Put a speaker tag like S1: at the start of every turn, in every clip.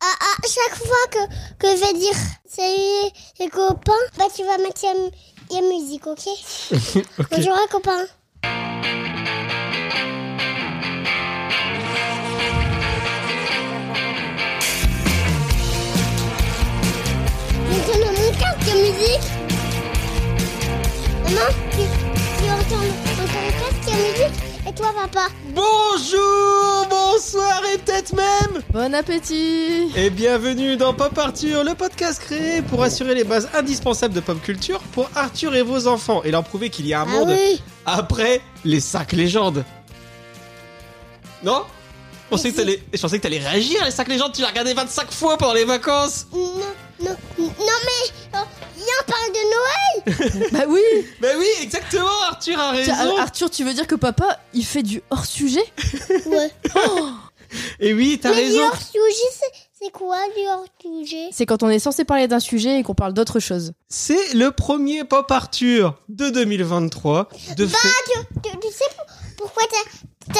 S1: Ah, à chaque fois que, que je vais dire salut les copains, bah tu vas mettre la, mu- la musique, ok Bonjour les copains. Je donne mon casque de musique. Maman, tu, tu entends, entends le casque de musique et toi papa.
S2: Bonjour, bonsoir et peut-être même
S3: Bon appétit
S2: Et bienvenue dans Pop Arthur, le podcast créé pour assurer les bases indispensables de pop culture pour Arthur et vos enfants et leur prouver qu'il y a un
S1: Ah
S2: monde
S1: oui.
S2: après les 5 légendes. Non je pensais, que t'allais, je pensais que t'allais réagir les 5 légendes, tu l'as regardé 25 fois pendant les vacances
S1: Non, non, non, mais euh, on parle de Noël.
S3: Bah oui
S2: Mais oui, exactement, Arthur a
S3: Tiens,
S2: raison
S3: Ar- Arthur, tu veux dire que papa, il fait du hors-sujet
S1: Ouais.
S2: Et oui, t'as
S1: mais du
S2: raison
S1: hors-sujet, c'est- c'est quoi du hors-sujet
S3: C'est quand on est censé parler d'un sujet et qu'on parle d'autre chose.
S2: C'est le premier Pop Arthur de 2023 de fait...
S1: tu, tu sais pour- pourquoi t'as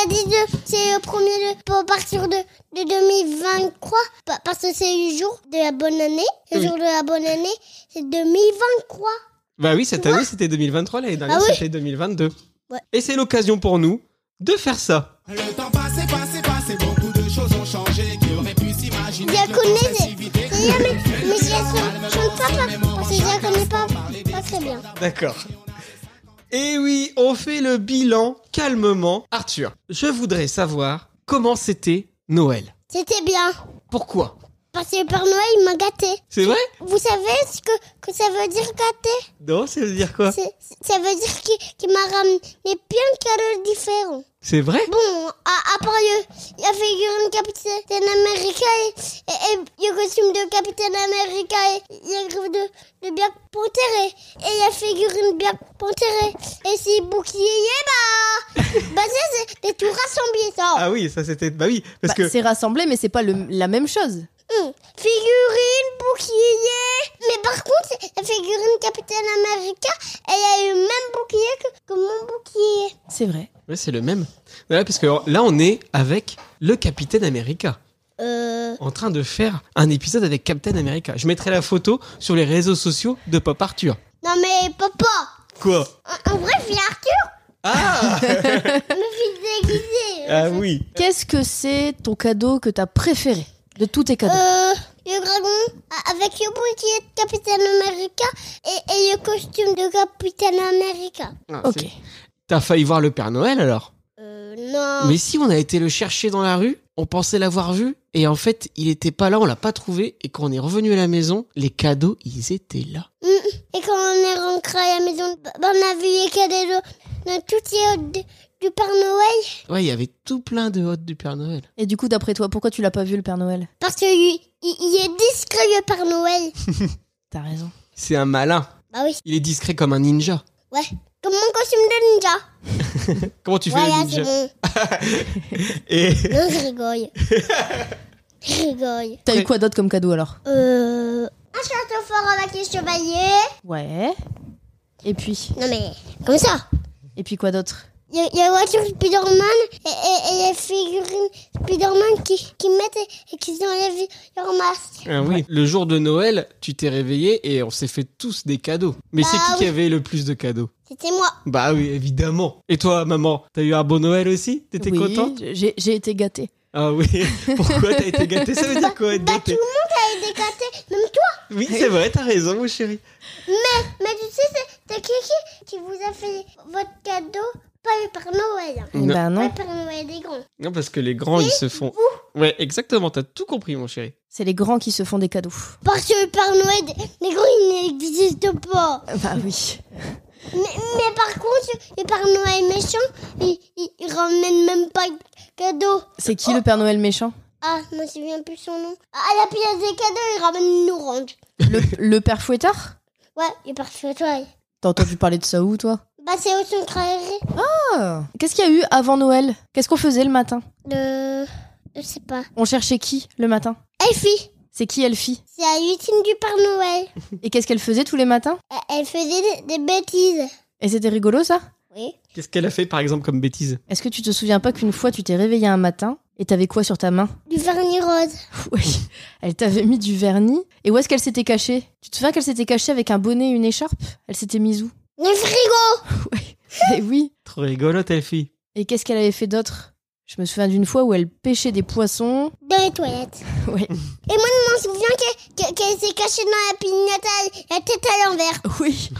S1: as dit que c'est le premier de, pour partir de, de 2023 Pa- Parce que c'est le jour de la bonne année. Le
S2: Oui.
S1: jour de la bonne année, c'est 2023.
S2: Bah oui, cette année c'était 2023, l'année dernière
S1: Ah oui.
S2: c'était 2022.
S1: Ouais.
S2: Et c'est l'occasion pour nous de faire ça.
S4: Le temps passé, passé, passé, beaucoup de choses ont changé. Qui aurait pu s'imaginer
S1: Je la
S4: que le
S1: connais,
S4: temps
S1: c'est-
S4: si vite écoulé.
S1: C'est bien, mais,
S4: Fait
S1: mais
S4: que
S1: je la
S4: la balle me
S1: chante- chante pas
S4: lance,
S1: pas-
S4: mais mon
S1: parce que je la
S4: chacun
S1: connais pas,
S4: parler des
S1: pas très bien.
S2: D'accord. Et oui, on fait le bilan calmement. Arthur, je voudrais savoir comment c'était Noël.
S1: C'était bien.
S2: Pourquoi
S1: Parce que le Père Noël il m'a gâté.
S2: C'est vrai
S1: Vous savez ce que, que ça veut dire gâté
S2: Non, ça veut dire quoi
S1: C'est- Ça veut dire qu'il qu'il m'a ramené plein de cadeaux différents.
S2: C'est vrai
S1: Bon, à, à part le- la figurine Capitaine America et, et- et le costume de Capitaine America et les griffes de, de Black Panther et, et la figurine Black Panther et, et ses boucliers, bah, bah ça, c'est c'est tout rassemblé, ça.
S2: Ah oui, ça c'était... Bah oui, parce
S3: Bah,
S2: que...
S3: C'est rassemblé, mais c'est pas le- la même chose.
S1: Hum, Figurine, bouclier. Mais par contre, la figurine Capitaine America, elle a le même bouclier que, que mon bouclier.
S3: C'est vrai.
S2: Ouais, c'est le même. Bah Ouais, parce que là on est avec le Capitaine America.
S1: Euh...
S2: en train de faire un épisode avec Captain America. Je mettrai la photo sur les réseaux sociaux de Pop Arthur.
S1: Non mais, papa,
S2: Quoi
S1: en, en vrai, c'est Arthur.
S2: Ah
S1: Je me suis déguisée.
S2: Ah oui
S3: Qu'est-ce que c'est ton cadeau que t'as préféré de tous tes cadeaux
S1: Euh, le dragon a- avec le bouclier de Capitaine America et, et le costume de Capitaine America.
S3: Ok.
S2: T'as failli voir le Père Noël alors
S1: Euh, non.
S2: Mais si on a été le chercher dans la rue, on pensait l'avoir vu, et en fait il était pas là, on l'a pas trouvé, et quand on est revenu à la maison, les cadeaux ils étaient là.
S1: Et quand on est rentré à la maison, bah, bah, on a vu les cadeaux de, de toutes les hôtes de- du Père Noël
S2: Ouais, il y avait tout plein de hôtes du Père Noël.
S3: Et du coup, d'après toi, pourquoi tu l'as pas vu le Père Noël
S1: parce que lui, il, il est discret le Père Noël.
S3: T'as raison.
S2: C'est un malin.
S1: bah oui,
S2: Il est discret comme un ninja.
S1: ouais. Comme mon costume de ninja.
S2: Comment tu fais
S1: voilà,
S2: le
S1: c'est
S2: ninja
S1: bon.
S2: Et
S1: Non, je rigole. je rigole.
S3: T'as
S2: Pré-
S3: eu quoi d'autre comme cadeau alors
S1: Euh, un château fort avec les chevaliers.
S3: Ouais. Et puis
S1: Non mais, comme ça.
S3: Et puis quoi d'autre
S1: Il y, a- il y a la voiture Spider-Man et, et, et les figurines Spider-Man qui, qui mettent et, et qui enlèvent leur masque.
S2: Ah oui. Le jour de Noël, tu t'es réveillé et on s'est fait tous des cadeaux. Mais c'est
S1: Bah
S2: qui
S1: oui.
S2: qui avait le plus de cadeaux
S1: C'était moi.
S2: Bah oui, évidemment. Et toi, maman, t'as eu un bon Noël aussi T'étais
S3: Oui,
S2: contente
S3: j'ai, j'ai été gâtée.
S2: Ah oui. Pourquoi t'as été gâtée Ça veut dire quoi être
S1: Bah, tout
S2: gâtée
S1: le monde a été gâté, même toi.
S2: Oui, c'est vrai, t'as raison, mon chéri.
S1: Mais tu sais, c'est- c'est qui qui- qui vous a fait votre cadeau Pas le Père Noël.
S3: Eh
S2: Non.
S3: ben
S1: Pas
S3: non,
S1: le Père Noël des grands.
S2: Non, parce que les grands, ils se font. Ouais, exactement, t'as tout compris, mon chéri.
S3: c'est les grands qui se font des cadeaux.
S1: Parce que le Père Noël des- des grands, il n'existe pas.
S3: Bah oui.
S1: Mais, mais par contre, le Père Noël méchant, il, il, il ramène même pas de cadeau.
S3: C'est qui le Père Noël méchant
S1: Ah, je me souviens plus son nom. À la pièce des cadeaux, il ramène une orange.
S3: le, le Père Fouettard
S1: Ouais, il est parti au toile.
S3: T'as entendu parler de ça où toi
S1: Bah, c'est au centre aéré
S3: Ah. Qu'est-ce qu'il y a eu avant Noël Qu'est-ce qu'on faisait le matin
S1: de. Je sais pas.
S3: On cherchait qui le matin
S1: Elfie,
S3: C'est qui Elfie
S1: c'est la huitième du Père Noël.
S3: Et qu'est-ce qu'elle faisait tous les matins
S1: Euh, Elle faisait des, des bêtises.
S3: Et c'était rigolo ça
S1: Oui.
S2: Qu'est-ce qu'elle a fait, par exemple, comme bêtise
S3: Est-ce que tu te souviens pas qu'une fois tu t'es réveillé un matin Et t'avais quoi sur ta main
S1: Du vernis rose.
S3: Oui. Elle t'avait mis du vernis. Et où est-ce qu'elle s'était cachée Tu te souviens qu'elle s'était cachée avec un bonnet et une écharpe Elle s'était mise où
S1: Le frigo
S3: Oui. Et oui.
S2: Trop rigolote, elle fille.
S3: Et qu'est-ce qu'elle avait fait d'autre Je me souviens d'une fois où elle pêchait des poissons.
S1: Dans les toilettes.
S3: Oui.
S1: Et moi, je m'en souviens qu'elle que- qu'elle s'est cachée dans la pignata, la tête à l'envers.
S3: Oui.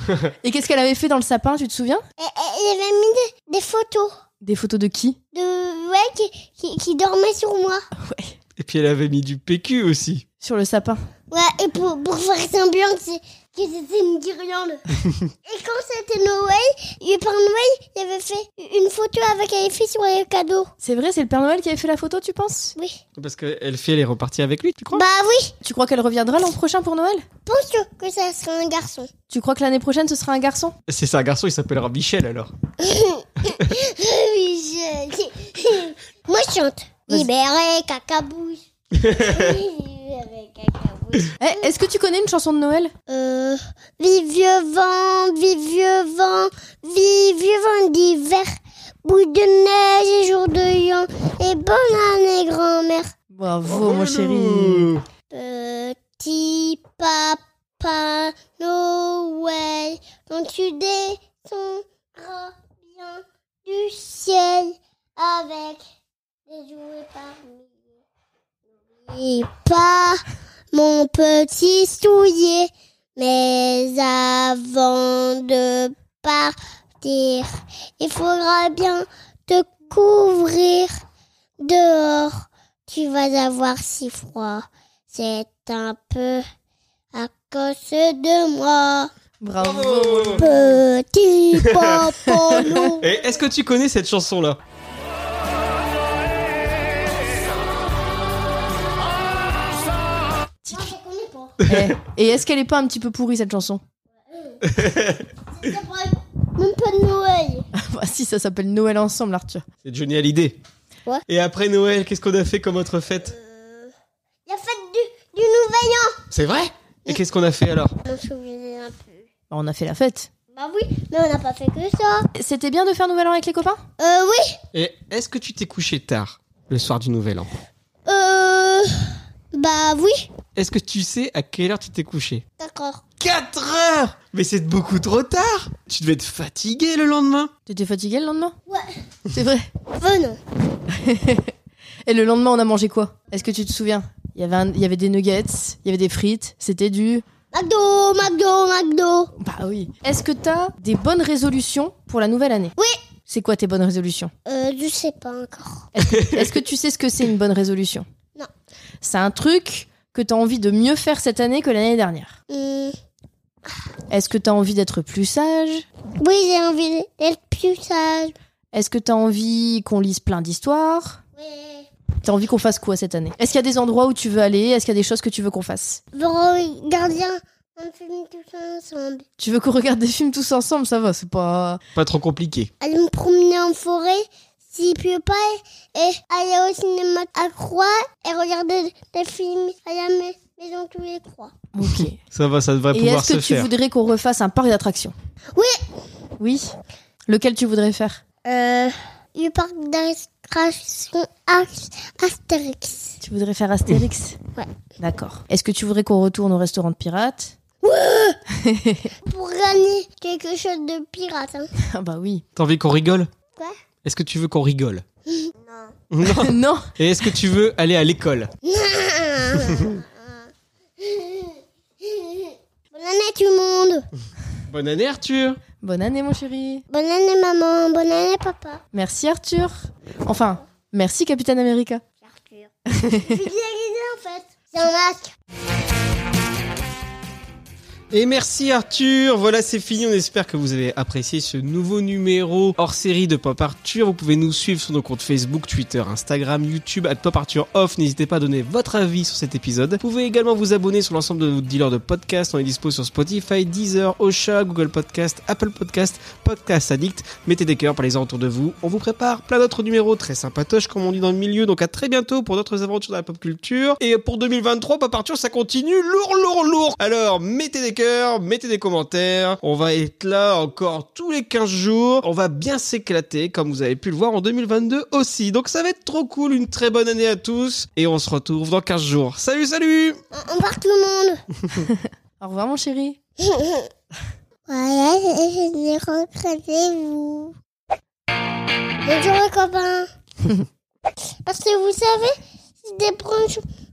S3: Et qu'est-ce qu'elle avait fait dans le sapin Tu te souviens
S1: Et, et- il avait mis des, des photos
S3: Des photos de qui
S1: de ouais qui, qui, qui dormaient sur moi.
S3: Ouais.
S2: Et puis elle avait mis du PQ aussi.
S3: Sur le sapin.
S1: Ouais, et pour, pour faire semblant que, c'est- que c'était une guirlande. et quand c'était Noël, le Père Noël il avait fait une photo avec un effet sur les cadeaux.
S3: C'est vrai, c'est le Père Noël qui avait fait la photo, tu penses
S1: Oui.
S2: Parce qu'elle fille, elle est repartie avec lui, tu crois
S1: Bah oui,
S3: Tu crois qu'elle reviendra l'an prochain pour Noël
S1: je pense que, que ça serait un garçon.
S3: Tu crois que l'année prochaine ce sera un garçon
S2: C'est ça, un garçon, il s'appellera Michel alors.
S1: oui, je... moi je chante.
S3: Vas-y.
S1: Libéré, cacabouche. Libéré, cacabouche.
S3: Eh, Est-ce que tu connais une chanson de Noël
S1: Euh, vive vieux vent, vive vieux vent, vive vieux vent d'hiver. Bout de neige et jour de yan, et bonne année grand-mère.
S3: Bravo, Oh, mon chéri.
S1: Petit papa Noël, quand tu descendras bien du ciel avec des jouets parmi N'oublie pas mon petit soulier, mais avant de partir, il faudra bien te couvrir dehors. Tu vas avoir si froid. C'est un peu à cause de moi.
S3: Bravo.
S1: Petit papa Noël.
S2: Et Eh, est-ce que tu connais cette chanson-là
S1: Ah, je connais pas.
S3: Eh, Et est-ce qu'elle est pas un petit peu pourrie cette chanson
S1: C'est pas- Même pas de Noël.
S3: Bah si, ça s'appelle Noël ensemble, Arthur.
S2: C'est Johnny Hallyday.
S1: Ouais.
S2: Et après Noël, qu'est-ce qu'on a fait comme autre fête
S1: La fête du, du Nouvel An.
S2: C'est vrai Et qu'est-ce qu'on a fait alors
S1: Je m'en souviens plus.
S3: Bah, on a fait la fête.
S1: Bah oui, mais on n'a pas fait que ça.
S3: C'était bien de faire Nouvel An avec les copains
S1: Euh, oui.
S2: Et est-ce que tu t'es couché tard le soir du Nouvel An
S1: Euh. Bah oui.
S2: Est-ce que tu sais à quelle heure tu t'es couché
S1: D'accord.
S2: 4 heures Mais c'est beaucoup trop tard Tu devais être fatigué le lendemain
S3: T'étais fatigué le lendemain
S1: Ouais.
S3: C'est vrai.
S1: Venons.
S3: Et le lendemain, on a mangé quoi Est-ce que tu te souviens il y, avait un- il y avait des nuggets, il y avait des frites, c'était du...
S1: McDo, McDo, McDo.
S3: Bah oui. Est-ce que t'as des bonnes résolutions pour la nouvelle année Oui. C'est quoi tes bonnes résolutions
S1: Euh, je sais pas encore.
S3: Est-ce que tu sais ce que c'est une bonne résolution
S1: Non.
S3: C'est un truc que t'as envie de mieux faire cette année que l'année dernière.
S1: Hum,
S3: Est-ce que t'as envie d'être plus sage
S1: Oui, j'ai envie d'être plus sage.
S3: Est-ce que t'as envie qu'on lise plein d'histoires
S1: Ouais.
S3: T'as envie qu'on fasse quoi cette année Est-ce qu'il y a des endroits où tu veux aller Est-ce qu'il y a des choses que tu veux qu'on fasse
S1: Vous regardez un, un film tous ensemble.
S3: Tu veux qu'on regarde des films tous ensemble Ça va, c'est pas...
S2: Pas trop compliqué.
S1: Aller me promener en forêt s'il pleut pas et, et aller au cinéma à Croix et regarder des films à la mai- maison tous les trois.
S3: Ok.
S2: Ça va, ça devrait
S3: Et
S2: pouvoir
S3: est-ce que
S2: se
S3: tu
S2: faire.
S3: voudrais qu'on refasse un parc d'attractions Oui Oui Lequel tu voudrais faire
S1: Euh, le parc d'attractions Ax- Astérix.
S3: Tu voudrais faire Astérix
S1: Ouais.
S3: D'accord. Est-ce que tu voudrais qu'on retourne au restaurant de pirates
S1: Pour gagner quelque chose de pirate. Hein.
S3: Ah bah oui.
S2: T'as envie qu'on rigole
S1: Quoi
S2: Est-ce que tu veux qu'on rigole
S1: Non.
S2: Non
S3: non
S2: Et est-ce que tu veux aller à l'école
S1: Bonne année tout le monde.
S2: Bonne année Arthur
S3: Bonne année mon chéri.
S1: Bonne année maman. Bonne année papa.
S3: Merci Arthur. Enfin, merci Capitaine America.
S1: Arthur. Vulgarisé en fait. C'est un masque.
S2: Et merci Arthur, voilà c'est fini, on espère que vous avez apprécié ce nouveau numéro hors série de Pop Arthur. Vous pouvez nous suivre sur nos comptes Facebook, Twitter, Instagram, YouTube, at Pop Arthur Off. N'hésitez pas à donner votre avis sur cet épisode. Vous pouvez également vous abonner sur l'ensemble de nos dealers de podcasts. On est dispo sur Spotify, Deezer, Ocha, Google Podcast, Apple Podcast, Podcast Addict. Mettez des cœurs par les uns autour de vous. On vous prépare plein d'autres numéros très sympatoches comme on dit dans le milieu. Donc à très bientôt pour d'autres aventures dans la pop culture. Et pour 2023, Pop Arthur ça continue lourd lourd lourd. Alors mettez des cœurs cœur, mettez des commentaires. On va être là encore tous les 15 jours. On va bien s'éclater, comme vous avez pu le voir en 2022 aussi. Donc ça va être trop cool, une très bonne année à tous. Et on se retrouve dans 15 jours. Salut, salut
S1: On, on part tout le
S3: Au revoir, mon chéri.
S1: monde. voilà, je les recruté, vous. Bonjour les copains. Parce que vous savez, si je déprends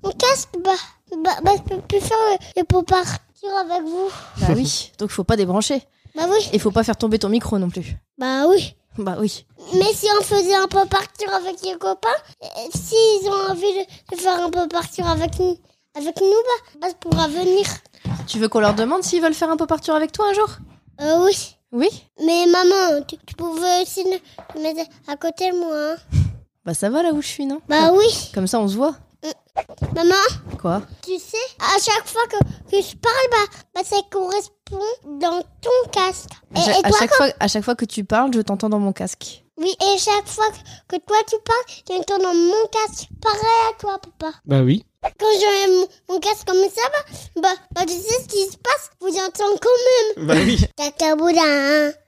S1: mon casque, bah, bah, bah, je peux plus faire et pour partir avec vous.
S3: Bah oui, donc faut pas débrancher.
S1: Bah oui,
S3: Et faut pas faire tomber ton micro non plus.
S1: bah oui.
S3: Bah oui.
S1: Mais si on faisait un peu partir avec les copains, euh, s'ils ont envie de- de faire un peu partir avec nous, avec nous, bah, bah, ça pourra venir.
S3: Tu veux qu'on leur demande s'ils veulent faire un peu partir avec toi un jour
S1: Euh, oui.
S3: Oui
S1: Mais maman, tu, tu pouvais aussi me me mettre à côté de moi. hein.
S3: Bah ça va là où je suis, non
S1: Bah oui.
S3: Comme ça on se voit.
S1: Maman,
S3: Quoi
S1: tu sais, à chaque fois que, que je parle, bah, bah, ça correspond dans ton casque. Et,
S3: à, cha-
S1: et
S3: à
S1: toi,
S3: chaque fois, à chaque fois que tu parles, je t'entends dans mon casque.
S1: oui, et chaque fois que, que toi tu parles, j'entends dans mon casque. Pareil à toi, papa.
S2: Bah oui.
S1: Quand j'aurai mon, mon casque comme ça, bah, bah, bah, tu sais ce qui se passe, vous entendez quand même.
S2: Bah oui.
S1: Tata Boudin. hein.